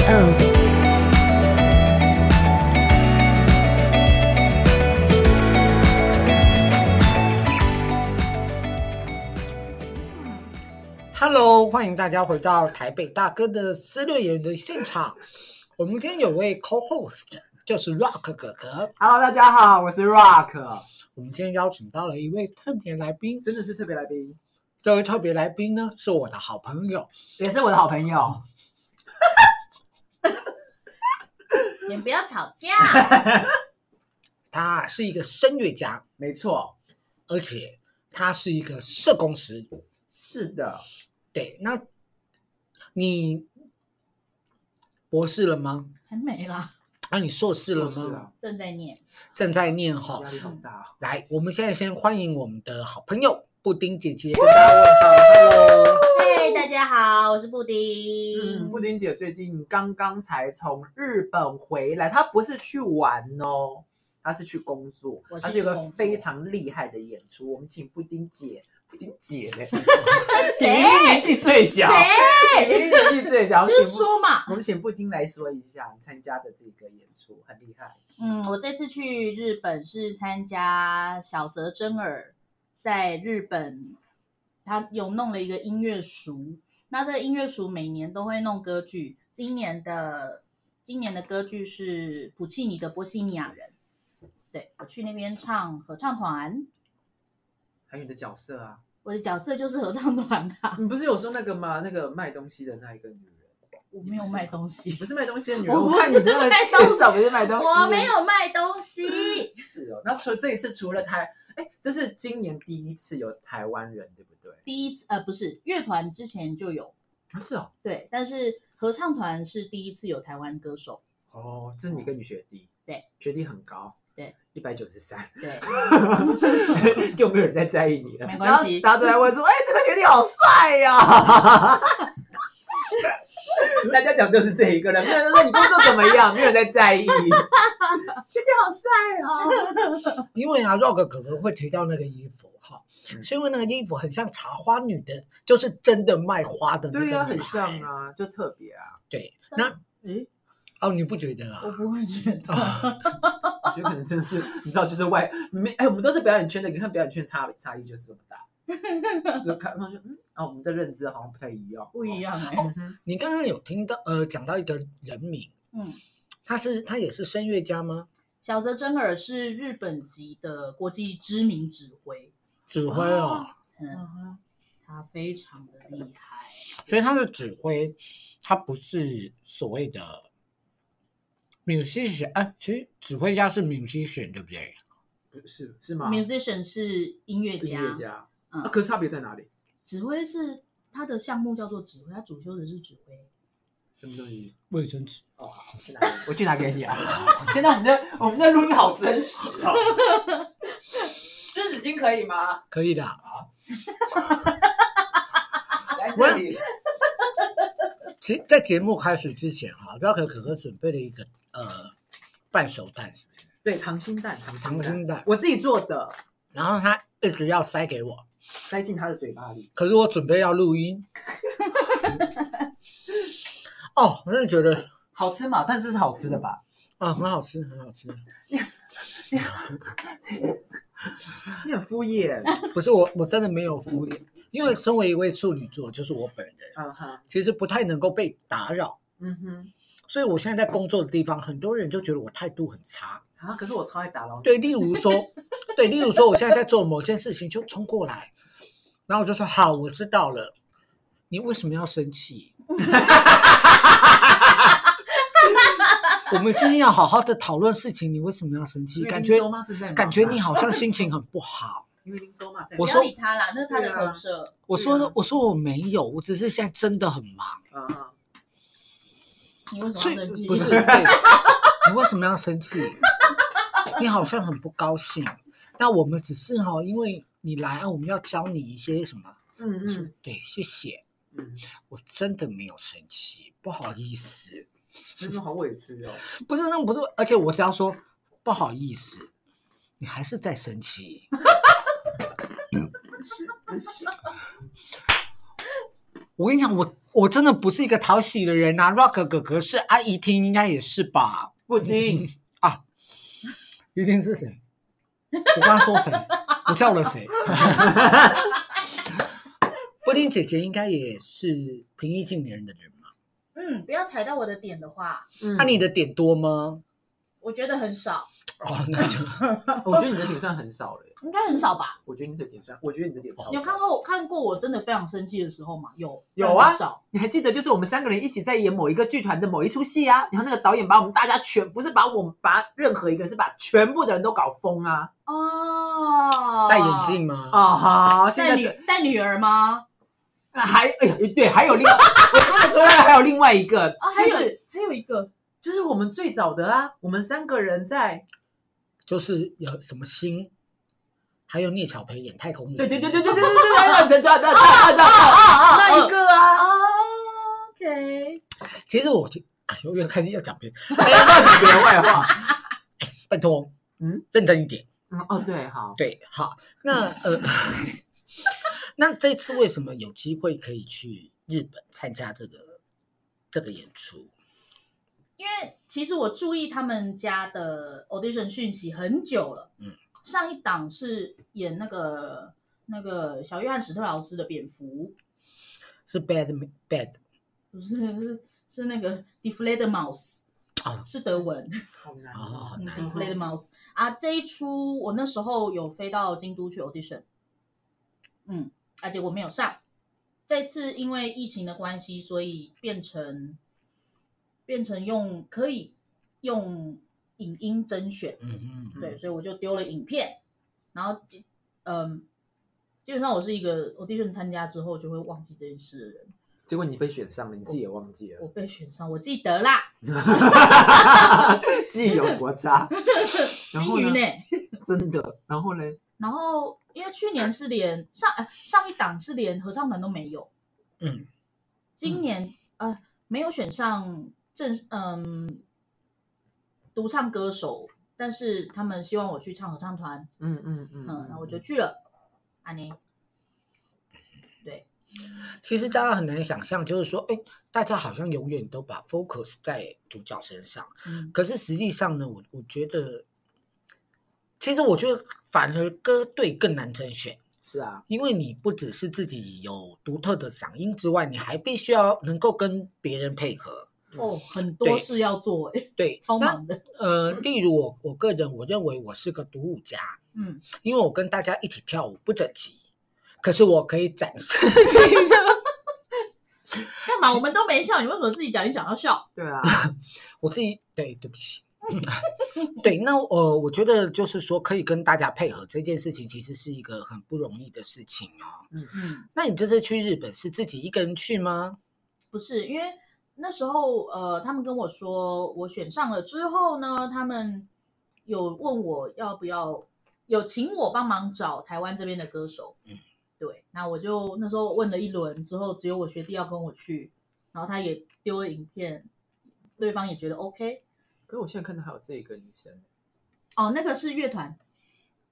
Quest.io. Hello，欢迎大家回到台北大哥的私乐游的现场。我们今天有位 co-host，就是 Rock 哥哥。 Hello，大家好，我是 Rock，我们今天邀请到了一位特别来宾，真的是特别来宾，这位特别来宾呢是我的好朋友，也是我的好朋友。你们不要吵架。他是一个声乐家，没错，而且他是一个社工师。是的，对，那你博士了吗？还没啦，啊，你硕士了吗？是啊，正在念。正在念哈压。力好大哦。来，我们现在先欢迎我们的好朋友布丁姐姐，哦跟大家问好，Hello。嘿，大家好，我是布丁。嗯，布丁姐最近刚刚才从日本回来，她不是去玩哦，她是去工作我，是她是有个去工作非常厉害的演出，我们请布丁姐。布丁姐嘞，你明谁明年纪最小，你明明谁？年纪最小，我就们是请布说嘛我，们请布丁来说一下你参加的这个演出，很厉害。嗯，我这次去日本是参加小泽征尔在日本，他有弄了一个音乐塾。那这个音乐塾每年都会弄歌剧，今年的今年的歌剧是普契尼的《波西米亚人》。对我去那边唱合唱团，还有你的角色啊，我的角色就是合唱团啊，你不是有说那个吗？那个卖东西的那一个女人，我没有卖东你西。不是卖东西的女人，我我不看你是那个卖介东西绍不是卖东西，我没。有卖东西，是哦，那除这一次除了台，哎，这是今年第一次有台湾人，对不对？第一次呃不是乐团之前就有啊，是哦，对，但是合唱团是第一次有台湾歌手，哦，这是你跟你学弟，对，学弟很高，对，一百九十三， 对，哎就没有人在在意你了。没关系然后大家都在问说，哎，这个学弟好帅呀、 大家讲就是这一个人，没有人说你工作怎么样，没有人在在意。学弟好帅哦，因为啊，Rock 哥哥会提到那个衣服哈，嗯是因为那个衣服很像茶花女的，就是真的卖花的那个对呀、女很孩像。啊，就特别啊。对，那诶，哦，你不觉得啊？我不会觉得，啊，我觉得可能真的是，你知道，就是外没哎、我们都是表演圈的，你看表演圈差差异就是这么大。 就看，然后就嗯，啊，我们的认知好像不太一样，不一样。样哎、嗯哼，你刚刚有听到呃讲到一个人名，嗯，他是他也是声乐家吗？小泽征尔是日本籍的国际知名指挥，指挥哦，嗯，嗯哼他非常的厉害，所以他是指挥，他不是所谓的 musician 啊，其实指挥家是 musician 对不对？不是是吗？音 musician 是音乐家，乐家，嗯啊，可是差别在 哪里？指挥是他的项目叫做指挥，他主修的是指挥，什么东西？卫生纸。哦，好，去拿，我去拿给你啊！ 天哪，我们的我们的录音好真实 哦。湿纸巾可以吗？可以的，来这里，其实，在节目开始之前啊，Rock 哥哥准备了一个呃半熟蛋，是不是？对，溏心蛋，溏心溏心蛋我自己做的，然后他一直要塞给我，塞进他的嘴巴里。可是我准备要录音。哦，我真的觉得好吃嘛，但是是好吃的吧？啊，很好吃，很好吃。嗯你很敷衍。 不是我，我真的没有敷衍，因为身为一位处女座，就是我本人，嗯哼，其实不太能够被打扰，嗯哼。所以我现在在工作的地方，很多人就觉得我态度很差。啊，可是我超爱打扰你。对，例如说，对，例如说，我现在在做某件事情，就冲过来，然后我就说：“好，我知道了。”你为什么要生气？ 我们今天要好好的讨论事情，你为什么要生气？因为感林觉州妈正在忙感觉你好像心情很不好。因为林州嘛，在我不说要理他啦，那是他的对啊投射，我对说啊我说我没有，我只是现在真的很忙，嗯哼，你为什所么以要生气？ 不是对你为什么要生气？你好像很不高兴。那我们只是哈、因为你来，啊我们要教你一些什么？嗯嗯对，谢谢。嗯，我真的没有生气，不好意思，林州好委屈哦。不是那不是，而且我只要说不好意思，你还是在生气。我跟你讲，我我真的不是一个讨喜的人啊。Rock 哥哥是阿姨听，应该也是吧？ 不听，一定是谁？我刚刚说谁？我叫了谁？布丁姐姐应该也是平易近人的人嘛？嗯，不要踩到我的点的话，嗯那、你的点多吗？我觉得很少，哦，那就嗯我觉得你的点算很少了耶，应该很少吧？我觉得你的点算，我觉得你的点超有看少。过看过我真的非常生气的时候吗？有有啊但很少你还记得，就是我们三个人一起在演某一个剧团的某一出戏啊，然后那个导演把我们大家全，不是把我们把任何一个人，是把全部的人都搞疯啊哦。戴眼镜吗？啊哈！现带在女带女儿吗？还哎呀，对，还有另外，我说得出来还哦有另外一个，啊，还有就是还有一个就是我们最早的啊，我们三个人在，就是有什么星，还有聂小培演太空人，对对对对对对对对对对对对对那一个啊，哦 OK，其实我就哎呦，又开始要讲别人，不要讲别人坏话。拜托，嗯，认真一点。嗯哦，对，好，对，好，那 呃，那这次为什么有机会可以去日本参加这个这个演出？因为其实我注意他们家的 audition 讯息很久了，嗯上一档是演那个那个小约翰史特劳斯的蝙蝠，是 bad bad 不是是是那个 deflated mouse，、哦是德文。好难哦，好嗯难。嗯 Inflated Mouse 啊，这一出我那时候有飞到京都去 audition，嗯，啊，结果没有上。这次因为疫情的关系，所以变成变成用可以用影音甄选，嗯嗯，对，所以我就丢了影片，然后基嗯，基本上我是一个 audition 参加之后就会忘记这件事的人。结果你被选上了，你自己也忘记了，我被选上，我记得啦，记忆有多差。然金后鱼呢？呢？真的，然后呢？然后因为去年是连上呃上一档是连合唱团都没有，嗯，今年、呃没有选上正嗯、独唱歌手，但是他们希望我去唱合唱团，嗯嗯嗯嗯，然后我就去了，安妮，其实大家很难想象，就是说，哎，大家好像永远都把 focus 在主角身上，嗯可是实际上呢，我我觉得，其实我觉得反而歌队更难甄选。是啊，因为你不只是自己有独特的嗓音之外，你还必须要能够跟别人配合。哦，很对多事要做哎、对， 超那忙嗯的，呃，例如我我个人，我认为我是个独舞家，嗯，因为我跟大家一起跳舞不整齐，可是我可以展示自己的。干嘛我们都没笑，你为什么自己讲一讲要笑？对啊，我自己对，对不起。 对，那呃，我觉得就是说，可以跟大家配合这件事情，其实是一个很不容易的事情哦。嗯，那你这次去日本是自己一个人去吗？不是，因为那时候呃，他们跟我说我选上了之后呢，他们有问我要不要，有请我帮忙找台湾这边的歌手。嗯，对，那我就那时候问了一轮之后，只有我学弟要跟我去，然后他也丢了影片，对方也觉得 OK。可是我现在看到还有这一个女生哦，那个是乐团，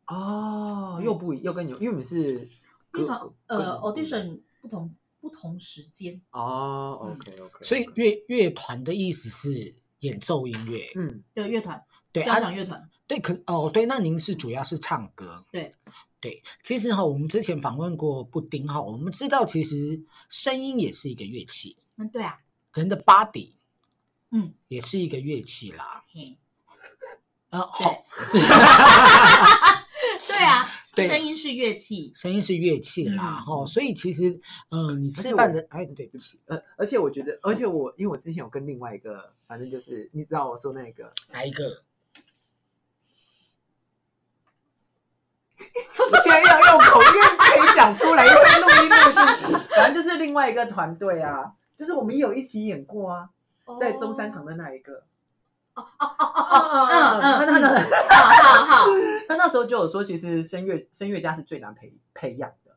哦，又不一又跟你，因为你们是乐团跟呃 audition 不同不同时间，哦，OK OK，所以乐乐团的意思是演奏音乐，嗯，对乐团对交啊，响乐团。对，可哦，对，那您是主要是唱歌，对对。其实哈、我们之前访问过布丁哈、我们知道其实声音也是一个乐器，嗯，对啊，人的 body，嗯，也是一个乐器啦。嘿，呃，好、 对啊，对声音是乐器，声音是乐器啦嗯哈、所以其实，嗯、你而且吃我饭的，哎，对不起，呃，而且我觉得，而且我因为我之前有跟另外一个，反正就是你知道我说那个，来一个，我现在要用口音可以讲出来，因为录音录进去，反正就是另外一个团队啊，就是我们也有一起演过啊，在中山堂的那一个。哦哦哦嗯他嗯他那好好好，他那时候就有说，其实声乐声乐家是最难培培养的，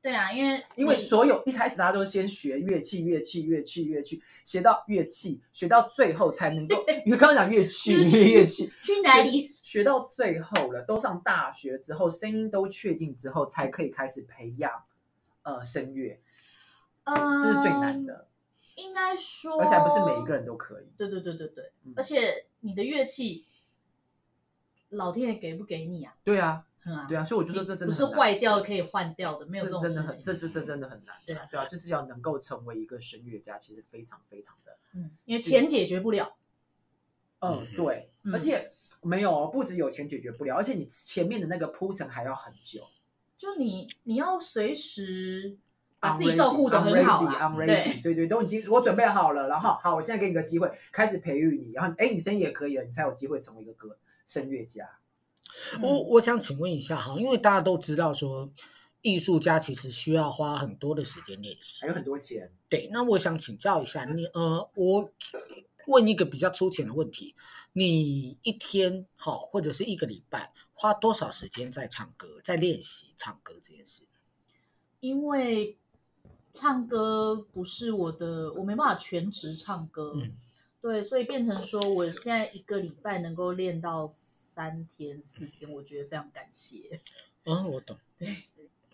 对啊，因为因为你所有一开始大家都先学乐器，乐器，乐器，乐器，学到乐器，学到最后才能够，你刚刚讲乐器，乐器乐器，去哪里？学到最后了，都上大学之后，声音都确定之后，才可以开始培养呃声乐。嗯，这是最难，的，应该说，而且还不是每一个人都可以。对对对对对，嗯而且你的乐器，老天爷给不给你啊？对啊，嗯啊，对啊，所以我就说这真的不是很难坏掉可以换掉的，没有这这种真的事很，情。这就这真的很难。对啊，对啊，就是要能够成为一个声乐家，其实非常非常的，嗯，因为是钱解决不了，嗯，对，嗯而且没有，哦不只有钱解决不了，而且你前面的那个铺陈还要很久，就你你要随时把自己照顾的很好啊 I'm ready, I'm，啦对 ready，对对，都已经我准备好了，然后好，我现在给你个机会，开始培育你，然后哎，你声音也可以了，你才有机会成为一个歌声乐家。嗯我我想请问一下哈，因为大家都知道说，艺术家其实需要花很多的时间练习还。有很多钱，对，那我想请教一下你，呃，我问一个比较粗浅的问题，你一天好或者是一个礼拜花多少时间在唱歌，在练习唱歌这件事？因为唱歌不是我的，我没办法全职唱歌，嗯对，所以变成说我现在一个礼拜能够练到三天四天，我觉得非常感谢。嗯，我懂。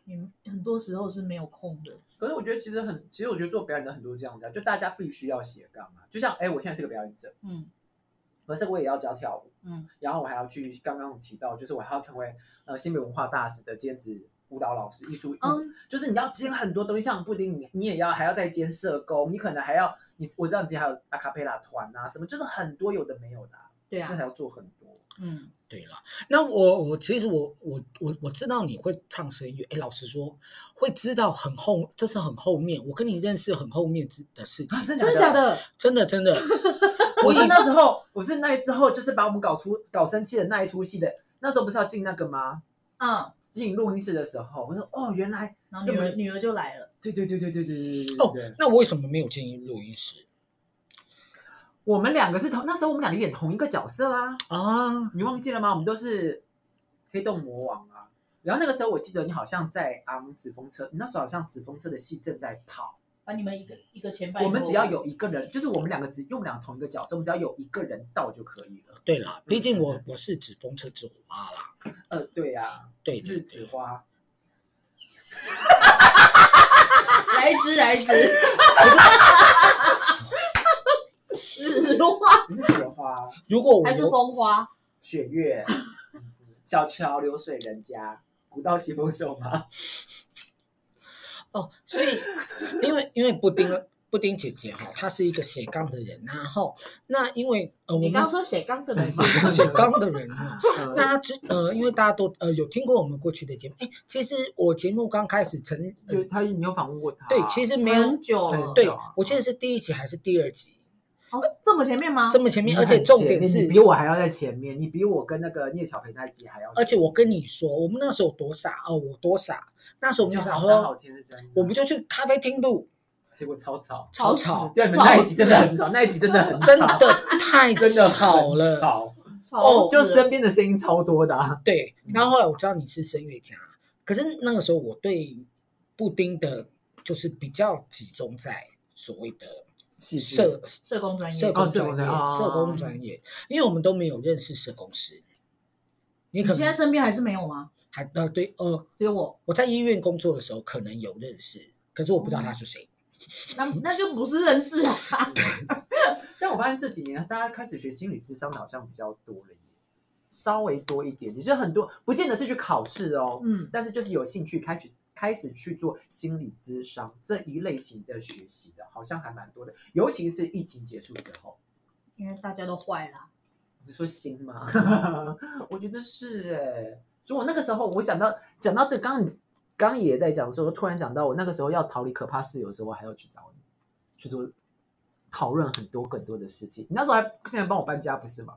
嗯，很多时候是没有空的，可是我觉得其实很，其实我觉得做表演的很多这样子啊，就大家必须要斜杠啊，就像哎，我现在是个表演者，嗯可是我也要教跳舞，嗯然后我还要去刚刚提到，就是我还要成为呃新北文化大使的兼职舞蹈老师、艺术，嗯，就是你要兼很多东西，像不一定你你也要还要再兼社工，你可能还要你我知道你自己还有阿卡贝拉团啊什么，就是很多有的没有的、啊，对这啊才，要做很多。嗯对了，那我我其实我我我我知道你会唱声乐，哎，老实说，会知道很后，这是很后面，我跟你认识很后面之的事情，啊真真的假？的？啊真的真 的，我是那时候，我是那时候就是把我们搞出搞生气的那一出戏的，那时候不是要进那个吗？嗯，进录音室的时候，我说哦，原来然后女这儿么女儿就来了，对对对对对对对对对哦对，，那我为什么没有进录音室我们两个是同那时候我们两个演同一个角色啊。啊？你忘记了吗？我们都是黑洞魔王啊。然后那个时候我记得你好像在昂纸风车，你那时候好像纸风车的戏正在跑。把你们一个一个前半，我们只要有一个人，就是我们两个只因为我们两个同一个角色，我们只要有一个人到就可以了。对啦，毕竟我嗯我是纸风车之花啦，呃，对呀、对对啊，对是纸花。来之来 之，纸花你是纸花，如果我还是有风花？雪月， 小桥流水人家，古道西风瘦马。哦，所以因为因为布丁布丁姐姐哈、她是一个斜杠的人、然后那因为呃我你刚们说写钢的人吗？斜杠的人啊哈、那嗯他之呃，因为大家都呃有听过我们过去的节目，哎，其实我节目刚开始成，呃 就他，你有访问过他？对，其实没有很，久了，很对久啊我记得是第一集还是第二集，哦，这么前面吗？这么前啊你面，很而且重点前面是你比，我还要在前面，你比我跟那个聂小培那一集还要前面。而且我跟你说，我们那时候有多傻哦，我多傻，那时候我们就就想好山好说，天是真的，我们就去咖啡厅 录，结果超吵。吵死吵，对，你们那一集真的很吵，那一集真的很吵，真的太 真的很吵了，吵，哦就生身边的声音超多的、啊。对。嗯然后后来我知道你是声乐家，可是那个时候我对布丁的，就是比较集中在所谓的戏剧社社工专业，社工哦社专工业，专业哦社工专业，因为我们都没有认识社工师。你你可现在能身边还是没有吗？还呃对呃，只有我，我在医院工作的时候可能有认识，可是我不知道他是哦谁。那那就不是认识啊。 但我发现这几年大家开始学心理智商的好像比较多了耶，稍微多一点，也就是很多不见得是去考试哦， 嗯，但是就是有兴趣开始开始去做心理智商这一类型的学习的，好像还蛮多的，尤其是疫情结束之后。因为大家都坏了，你说心吗？我觉得是哎、就我那个时候，我想到讲到这个，刚刚你刚刚也在讲说，突然想到我那个时候要逃离可怕室友的时候，我还要去找你去做讨论很多很多的事情。你那时候还竟然帮我搬家，不是吗？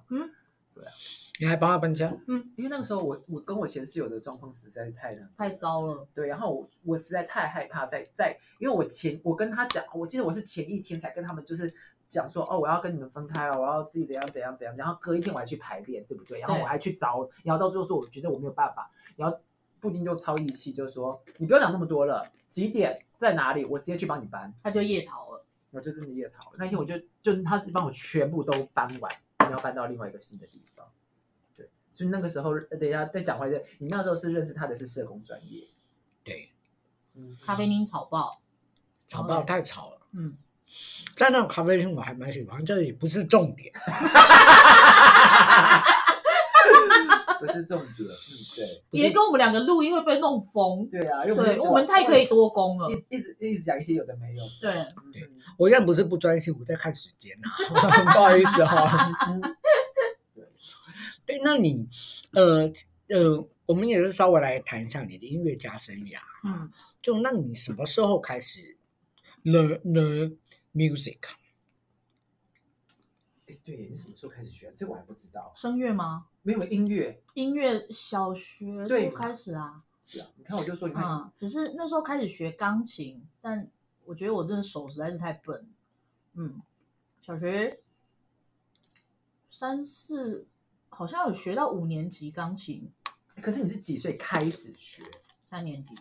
你还帮他搬家？因为那个时候我我跟我前室友的状况实在是太难，太糟了。对，然后我我实在太害怕在在，因为我前我跟他讲，我记得我是前一天才跟他们就是讲说，哦，我要跟你们分开哦，我要自己怎样怎样怎样，然后隔一天我还去排练，对不对？然后对我还去找，然后到最后说我觉得我没有办法，然后布丁就超义气，就说你不要讲那么多了，几点在哪里，我直接去帮你搬，他就夜逃了。我就真的夜逃了。那天我就就他是帮我全部都搬完，然后搬到另外一个新的地方。对，所以那个时候，呃等一下再讲回来，你那时候是认识他的是社工专业，对嗯，咖啡厅炒爆，吵不好？太吵了。嗯，但那种咖啡厅我还蛮喜欢，这也不是重点。 不是重点，对，不是也跟我们两个录音会被弄疯。对啊，因为我们对，我们太可以多功了。一一直一直讲一些有的没有。对，嗯我现在不是不专心，我在看时间啊， 不好意思哈、嗯 对，那你，呃呃，我们也是稍微来谈一下你的音乐家生涯。嗯，就那你什么时候开始 learn learn music？哎对，你什么时候开始学？啊这我还不知道。声乐吗？没有音乐，音乐小学对就开始啊，对啊，你看我就说，你看嗯，只是那时候开始学钢琴，但我觉得我真的手实在是太笨，嗯，小学三四好像有学到五年级钢琴，可是你是几岁开始学？三年级，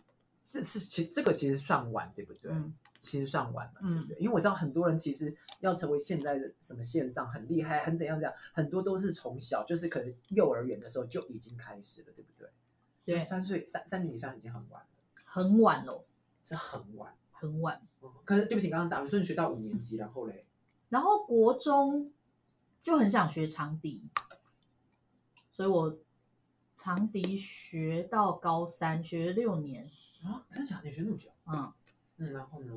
是是，其这个其实算晚，对不对？嗯其实算晚了，对嗯不对？因为我知道很多人其实要成为现在的什么线上很厉害，很怎样怎样，很多都是从小就是可能幼儿园的时候就已经开始了，对不对？对就三岁三三年以上已经很晚了，很晚咯，是很晚。很晚。嗯可是对不起，刚刚打，你说你学到五年级，然后嘞，然后国中就很想学长笛，所以我长笛学到高三，学了六年。啊，真的假的？你学那么久？嗯，嗯，然后呢？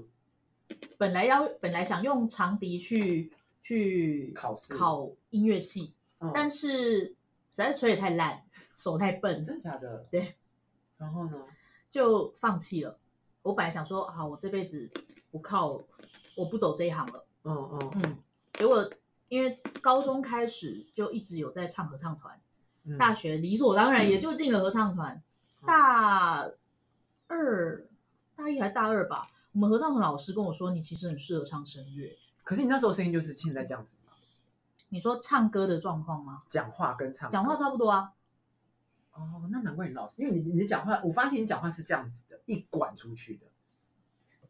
本来要本来想用长笛去去考试考音乐系，嗯，但是实在吹得太烂，手太笨，真的假的？对。然后呢？就放弃了。我本来想说，好，我这辈子不靠，我不走这一行了。嗯嗯嗯，结果因为高中开始就一直有在唱合唱团。嗯，大学理所当然也就进了合唱团。嗯大二、大一还大二吧，我们合唱团老师跟我说，你其实很适合唱声乐。可是你那时候声音就是现在这样子嘛，你说唱歌的状况吗？讲话跟唱歌讲话差不多啊，哦，那难怪你老师，因为你你讲话，我发现你讲话是这样子的，一管出去的，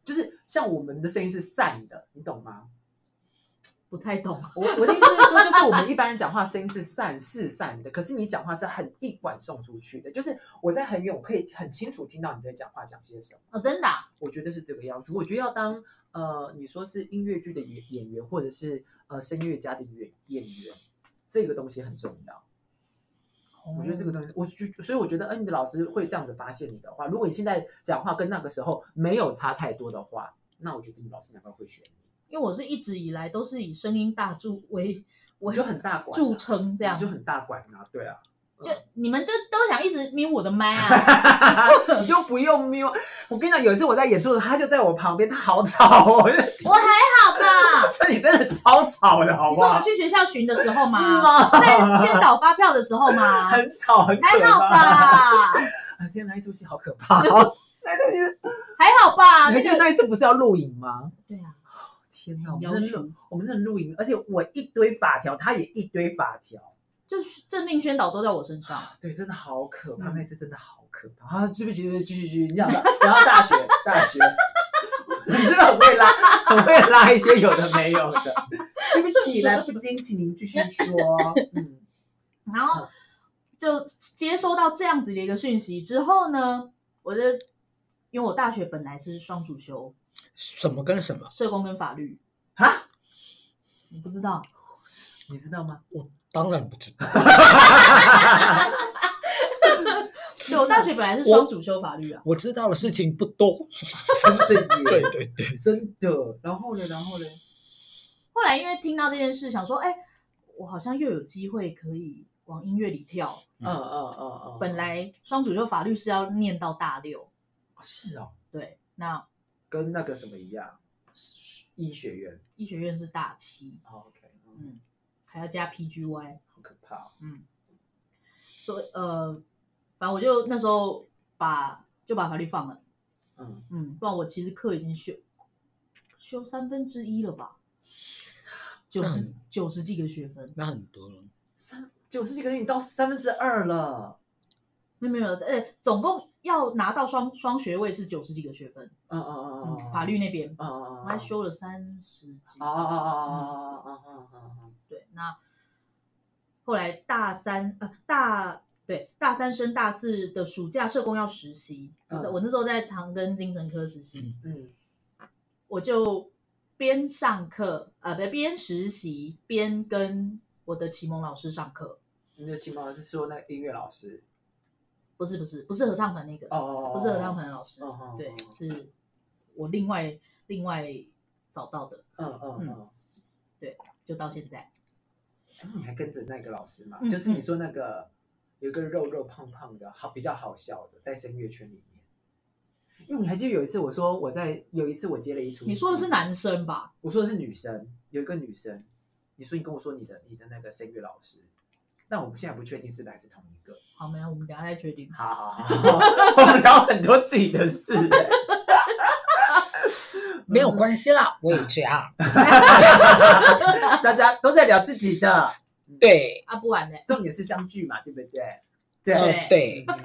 就是像我们的声音是散的，你懂吗？不太懂。我我的意思是说，就是我们一般人讲话声音是散是散的，可是你讲话是很一管送出去的，就是我在很远，我可以很清楚听到你在讲话讲些什么。哦，真的啊、我觉得是这个样子。我觉得要当呃，你说是音乐剧的演演员，或者是呃声乐家的演演员，这个东西很重要。我觉得这个哦东西，我就所以我觉得，嗯、你的老师会这样子发现你的话，如果你现在讲话跟那个时候没有差太多的话，那我觉得你老师难怪会选你，因为我是一直以来都是以声音大著为 我为就很大管、啊， 著称这样，你就很大管啊，对啊， 就你们就都想一直瞄我的麦啊， 你就不用瞄。我跟你讲，有一次我在演出的时候，他就在我旁边，他好吵哦， 我还好吧？这里真的超吵的，好你不说我好？去学校巡的时候吗？妈在宣导发票的时候 吗？很吵，很还可好怕。 吧？啊，天哪，那一出戏好可怕、哦！那一出戏，还好 吧？你还啊那记得个那一次不是要录影吗？对啊，天哪，我很们真要的求录，我们真的录影，而且我一堆法条，他也一堆法条，就是政令宣导都在我身上。对，真的好可怕，嗯那一次真的好可怕啊！对不起，对不起继续继续，你讲吧。然后大学，大学，你真的很会拉，很会拉一些有的没有的。对不起，来不丁，请您继续说。嗯，然后就接收到这样子的一个讯息之后呢，我就因为我大学本来是双主修，什么跟什么？社工跟法律啊，你不知道，你知道吗？我当然不知道。对我大学本来是双主修法律啊，我知道的事情不多。真的耶，对对对，真的。然后呢？然后呢？后来因为听到这件事，想说，哎，我好像又有机会可以往音乐里跳。嗯嗯嗯嗯，本来双主修法律是要念到大六，是哦。对，那跟那个什么一样，医学院。医学院是大七，哦 OK，嗯，嗯，还要加 PGY。好可怕、哦。所以呃，反正我就那时候把就把法律放了，嗯，嗯，不然我其实课已经修修三分之一了吧，九十九十几个学分，那很多了。三九十几个月，你到三分之二了。没有没有，呃，总共要拿到双双学位是九十几个学分，嗯嗯嗯嗯嗯，嗯，法律。那边嗯嗯我嗯，还修了三十几，哦。哦哦哦哦哦哦哦哦。对，那后来大三呃大对大三升大四的暑假，社工要实习，我在嗯我那时候在长庚精神科实习，嗯嗯我就边上课，呃，不，边实习边跟我的启蒙老师上课。你的启蒙老师说那个音乐老师不是不是不是合唱团那个，哦不是合唱团老师，哦哦哦对，是我另外另外找到的，嗯嗯嗯，就到现在。哎你还跟着那个老师吗？嗯就是你说那个有一个肉肉胖胖的，好比较好笑的，在声乐圈里面。因为你还记得有一次我说我在有一次我接了一出戏，你说的是男生吧？我说的是女生，有一个女生，你说你跟我说你的你的那个声乐老师，但我现在不确定是不是还是同一个。好，没有，我们等一下再确定。好好好， 我们聊很多自己的事。没有关系啦，我也这样。大家都在聊自己的，对，啊，不玩嘞。重点是相聚嘛，对不对？嗯，对，嗯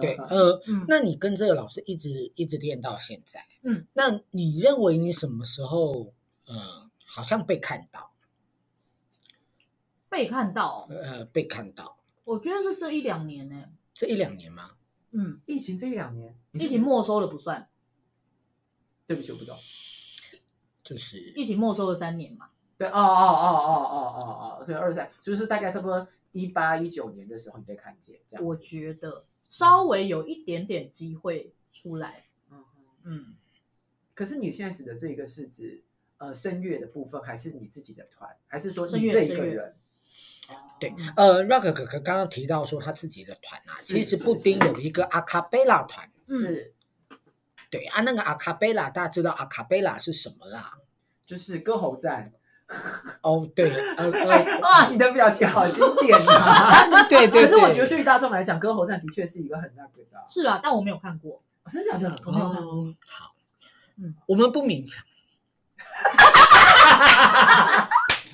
对，嗯呃，嗯，那你跟这个老师一直一直练到现在，嗯，那你认为你什么时候，呃，好像被看到，被看到，哦呃，被看到我觉得是这一两年呢、这一两年吗？嗯，疫情这一两年，你是一起没收了不算，对不起，我不懂。就是一起没收了三年嘛。对，哦哦哦哦哦哦哦，对，二三，就是大概差不多一八一九年的时候你被看见，这样。我觉得稍微有一点点机会出来。嗯嗯嗯，可是你现在指的这个是指呃声乐的部分，还是你自己的团，还是说声你乐这一个声乐人？对哦，呃，Rock 哥哥刚刚提到说他自己的团啊，是其实是布丁是有一个阿卡贝拉团，是对啊，那个阿卡贝拉大家知道阿卡贝拉是什么啦？就是歌喉战。哦，对，呃哎呃，哇，你的表情好经典啊！对对对，可是我觉得 对于大众来讲，歌喉战的确是一个很那个的啊，是啦，但我没有看过。哦真的假的？哦，好，嗯嗯，我们不勉强，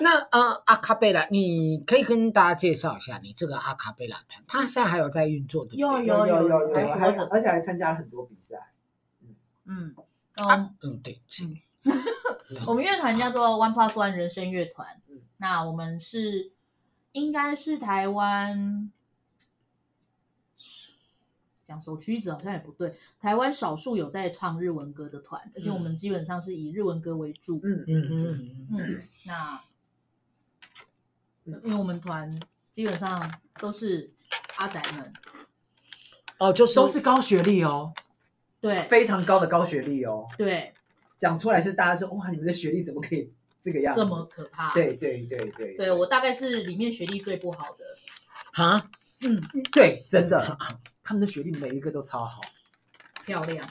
那呃，阿卡贝拉，你可以跟大家介绍一下你这个阿卡贝拉团，它现在还有在运作的，对不对有有有有，还还活着而且还参加了很多比赛。嗯，啊嗯，嗯，对， 是嗯嗯我们乐团叫做 One Plus One 人生乐团。嗯那我们是应该是台湾讲首屈一指好像也不对，台湾少数有在唱日文歌的团，而且我们基本上是以日文歌为主。嗯嗯嗯嗯，嗯，那嗯因为我们团基本上都是阿宅们，哦，就是都是高学历哦，对非常高的高学历哦。对，讲出来是大家说哇，你们的学历怎么可以这个样子？这么可怕。对对对对，对我大概是里面学历最不好的。啊，嗯，对真的，他们的学历每一个都超好。漂亮。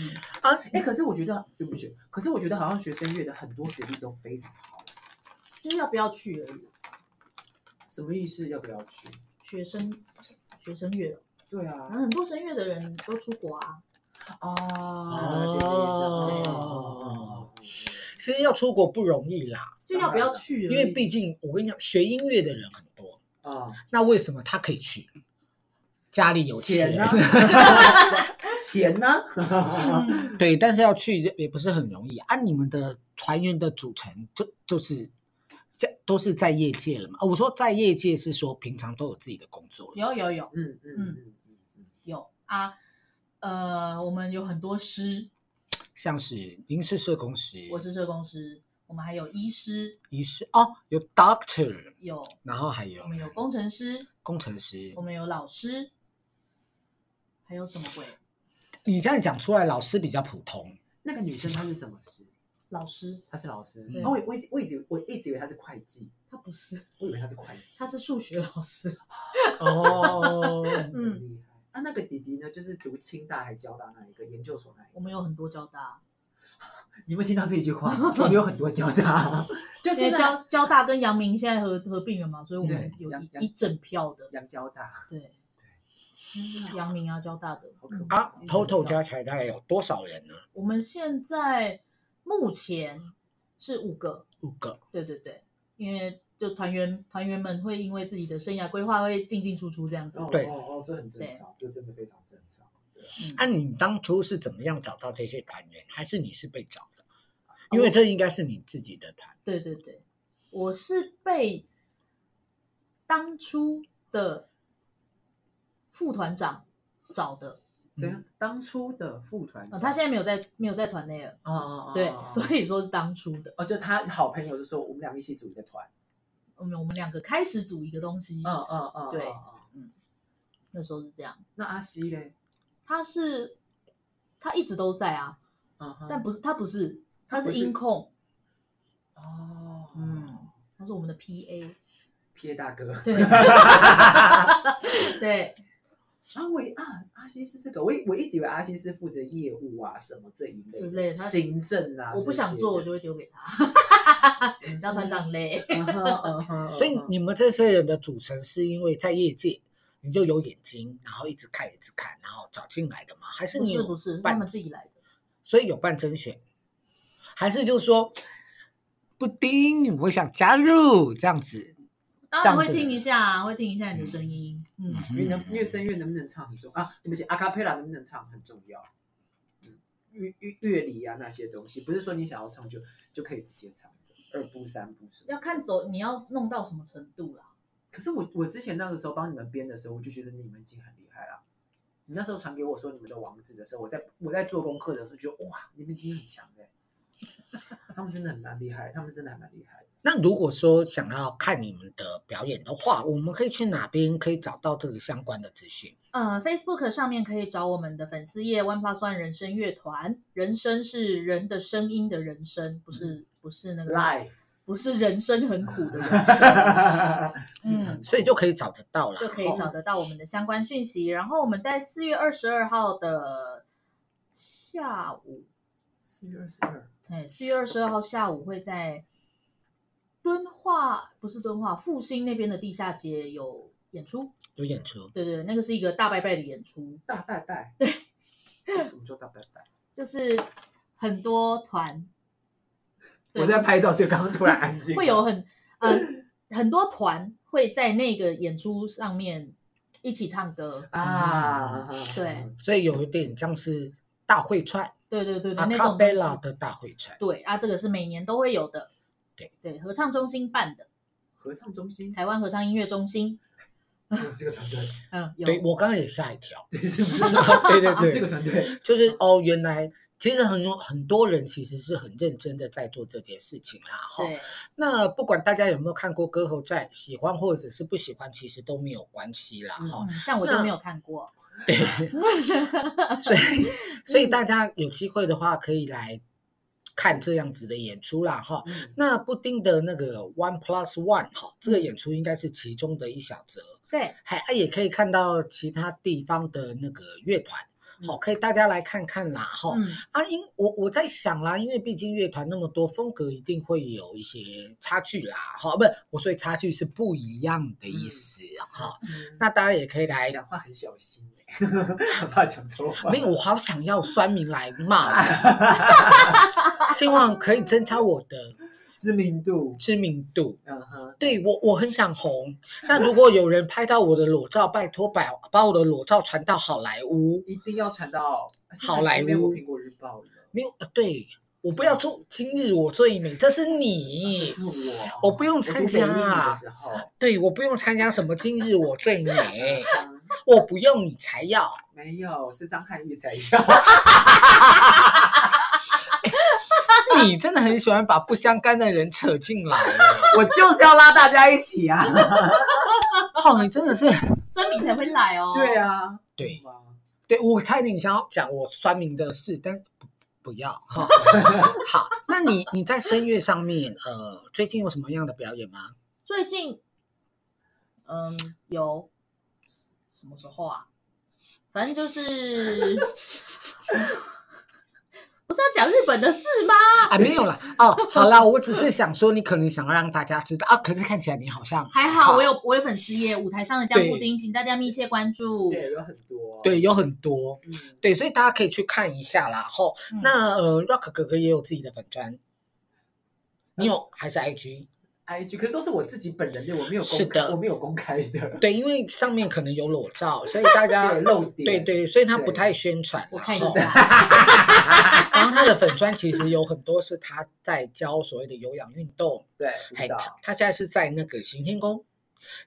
嗯啊哎，可是我觉得对不起，可是我觉得好像学声乐的很多学历都非常好，就是要不要去而已。什么意思？要不要去？学生学生乐，对然啊后，很多声乐的人都出国啊。哦，其实也是哦，其实要出国不容易啦，就要不要去而已？因为毕竟我跟你讲，学音乐的人很多，啊，那为什么他可以去？家里有钱钱呢？啊钱呢？嗯对，但是要去也不是很容易。啊按、你们的团员的组成，就就是在都是在业界了嘛？哦我说在业界是说平常都有自己的工作了有有有嗯嗯嗯嗯有啊，呃，我们有很多师，像是您是社工师，我是社工师，我们还有医师，医师哦，有 doctor，有然后还有我们有工程师，工程师我。们有老师，还有什么鬼？你这样讲出来，老师比较普 通，那个女生她是什么师？老师她是老师对。哦，我我一直我一直我一直以为她是会计，他不是，我以为她是会计。他是数学老师。哦，嗯，厉害。啊，那个弟弟呢，就是读清大还交大那一个研究所那一我个。们有很多交大，你有没有听到这一句话？我们有很多交大，就因为现在交交大跟阳明现在合合并了嘛，所以我们对有阳一阳一整票的。杨交大，对，阳明啊，交大的嗯好可。怕 啊，total 加起来大概有多少人呢？我们现在目前是五个，五个。对对对，因为就团员团员们会因为自己的生涯规划会进进出出这样子。哦对哦哦，这很正常，这真的非常正常。对啊嗯那、你当初是怎么样找到这些团员？还是你是被找的？因为这应该是你自己的团。对对对，我是被当初的副团长找的，嗯对啊，当初的副团长，嗯哦，他现在没有在没有在团内了，哦哦哦对哦，所以说是当初的。哦，就他好朋友就说我们俩一起组一个团，我们我们两个开始组一个东西，嗯嗯嗯，对嗯嗯那时候是这样。那阿西嘞，他是他一直都在啊，嗯哼，但不是他不是，他不是是音控，哦，嗯，嗯，他是我们的 PA，撇大哥，对对，啊，我以啊，阿西是这个，我以我一直以为阿西是负责业务啊什么这一类之类的他行政啊，我不想做，我就会丢给他，当团长累。嗯就所嗯以你们这些人的组成是因为在业界你就有眼睛，然后一直看一直看，然后找进来的吗？嗯还是不你是有不是，是他办们自己来的。所以有办甄选，还是就是说布丁，我想加入这样子。当这样然会对听一下，会听一下你的声音。嗯，你能越声乐能不能唱很重啊？对不起，阿卡贝拉能不能唱很重要。嗯乐乐乐理啊那些东西，不是说你想要唱就就可以直接唱的二步三步什么的。要看走你要弄到什么程度啦。可是我我之前那个时候帮你们编的时候，我就觉得你们已经很厉害了。你那时候传给我说你们的网址的时候，我在我在做功课的时候，觉得哇，你们已经很强了。欸他们真的很蛮厉害，他们真的还蛮厉害的。那如果说想要看你们的表演的话，我们可以去哪边可以找到这个相关的资讯？呃，Facebook 上面可以找我们的粉丝页 One Plus One 人声乐团，人声是人的声音的人声，不是、不是那 个 Life，不是人生很苦的人生，嗯，所以就可以找得到了，就可以找得到我们的相关讯息。然后我们在四月二十二号的下午，四月二十二，哎，四月二十二号下午会在敦化，不是敦化，复兴那边的地下街有演出。有演出。对对，那个是一个大拜拜的演出，大拜拜。 对，什么叫大拜拜？就是很多团，对我在拍照，所以刚刚突然安静。会有很呃很多团会在那个演出上面一起唱歌。啊，对所以有一点像是大会串，对对对对，阿那卡种贝东拉西。的大会串。对啊，这个是每年都会有的。对对，合唱中心办的，合唱中心，台湾合唱音乐中心，有哦这个团队，嗯，有对我刚刚也吓一跳，对，是不 是？对对啊对，这个团队，就是嗯哦，原来其实很多很多人其实是很认真的在做这件事情啦。哈，对那不管大家有没有看过《歌喉战》，喜欢或者是不喜欢，其实都没有关系啦。嗯哈、嗯，像我就那没有看过，对， 所以所嗯以大家有机会的话，可以来看这样子的演出啦。哈、嗯那布丁的那个 One Plus One 哈，这个演出应该是其中的一小则， 对，还啊也可以看到其他地方的那个乐团，好，可以大家来看看啦哈。嗯，啊，因我我在想啦，因为毕竟乐团那么多，风格一定会有一些差距啦，哈，不，我说差距是不一样的意思哈、那大家也可以来，嗯讲话很小心，欸 怕讲错话。没有，我好想要酸民来骂我，希望可以增加我的知名度，知名度。嗯哼，对我，我很想红。那如果有人拍到我的裸照，拜托把把我的裸照传到好莱坞。一定要传到好莱坞没有苹果日报了，没有，呃对我不要做今日我最美，这是你。啊这 是我，嗯我不用读参加北一女的时候，对，我不用参加什么今日我最美，嗯我不用你才要。没有，是张翰玉才要， 你真的很喜欢把不相干的人扯进来， 我就是要拉大家一起啊，哦，你真的是酸敏才会来哦。 对啊，对吗对。我差点想要讲我酸民的事，但不不要哈。 好，那你你在声乐上面，呃，最近有什么样的表演吗？最近，嗯，有什么时候啊？反正就是，不是要讲日本的事吗？啊，没有啦。哦，好啦，我只是想说，你可能想要让大家知道啊，可是看起来你好像还好我有我有粉丝页，舞台上的酱对布丁，请大家密切关注。对，有很多，对，有很多嗯，对，所以大家可以去看一下啦。吼，嗯那呃，Rock 哥哥也有自己的粉砖，你嗯有还是 IG？ ，IG，可是都是我自己本人的，我没有公是的我没有公开的，对，因为上面可能有裸照，所以大家对露点啊 对对，所以他对不太宣传啦。我看 一吼下，然后他的粉砖其实有很多是他在教所谓的有氧运动，对，不还知他道，他现在是在那个行天宫，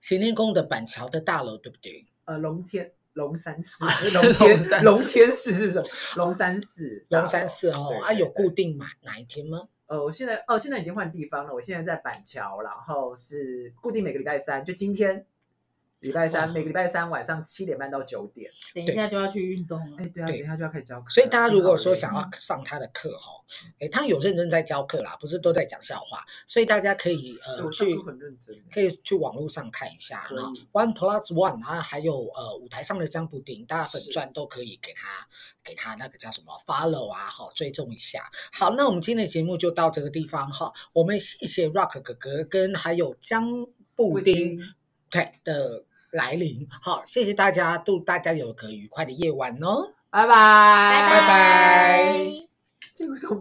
行天宫的板桥的大楼，对不对？呃，龙天龙山寺，啊 龙天山龙天寺是什么？龙山寺，龙山寺哦对，对啊，有对固定买哪一天吗？呃，我现在哦，现在已经换地方了。我现在在板桥，然后是固定每个礼拜三，就今天礼拜三，哇每个礼拜三晚上七点半到九点。等一下就要去运动了哎，。对啊，等对一下就要开始教课了。所以大家如果说幸想好要上他的课哈，诶，他有认真在教课啦，不是都在讲笑话，所以大家可以我呃有，对我上去课很认真。可以去网络上看一下，可以然后 One Plus One，然后还有呃舞台上的占卜顶，大家粉是钻都可以给他给他那个叫什么 follow 啊，好追踪一下。好，那我们今天的节目就到这个地方哈，我们谢谢 Rock 哥哥跟还有姜布丁对的来临，好，谢谢大家，祝大家有个愉快的夜晚哦。拜拜，拜拜拜这个都